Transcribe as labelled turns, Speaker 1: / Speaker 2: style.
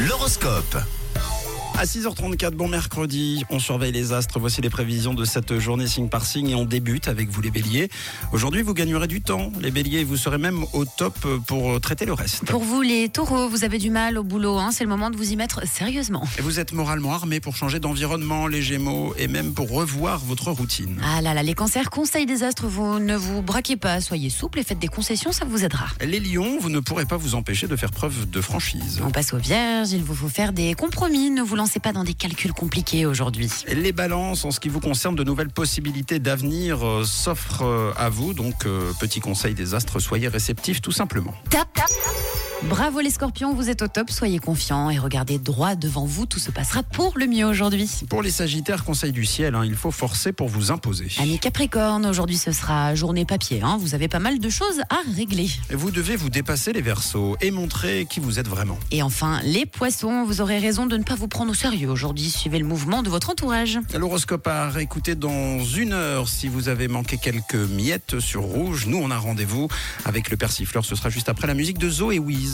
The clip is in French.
Speaker 1: L'horoscope. À 6h34, bon mercredi, on surveille les astres, voici les prévisions de cette journée signe par signe et on débute avec vous les béliers. Aujourd'hui vous gagnerez du temps, les béliers, vous serez même au top pour traiter le reste.
Speaker 2: Pour vous, les taureaux, vous avez du mal au boulot. hein. C'est le moment de vous y mettre sérieusement.
Speaker 1: Et vous êtes moralement armé pour changer d'environnement, les gémeaux, et même pour revoir votre routine.
Speaker 2: Ah là là, les cancers, conseil des astres, vous ne vous braquez pas. Soyez souple et faites des concessions, ça vous aidera.
Speaker 1: Les lions, vous ne pourrez pas vous empêcher de faire preuve de franchise.
Speaker 2: On passe aux vierges, il vous faut faire des compromis. Ne vous lancez pas dans des calculs compliqués aujourd'hui.
Speaker 1: Les balances, en ce qui vous concerne, de nouvelles possibilités d'avenir euh, s'offrent euh, à vous. Donc, euh, petit conseil des astres, soyez réceptifs tout simplement.
Speaker 2: Tap, tap. Bravo les scorpions, vous êtes au top. Soyez confiants et regardez droit devant vous. Tout se passera pour le mieux aujourd'hui.
Speaker 1: Pour les sagittaires, conseil du ciel, hein, il faut forcer pour vous imposer.
Speaker 2: Amis Capricorne, aujourd'hui ce sera journée papier. hein. Vous avez pas mal de choses à régler.
Speaker 1: Vous devez vous dépasser les versos et montrer qui vous êtes vraiment.
Speaker 2: Et enfin, les poissons, vous aurez raison de ne pas vous prendre au sérieux aujourd'hui. Suivez le mouvement de votre entourage.
Speaker 1: L'horoscope à réécouter dans une heure. Si vous avez manqué quelques miettes sur Rouge, nous on a rendez-vous avec le persifleur. Ce sera juste après la musique de Zoé Wiz.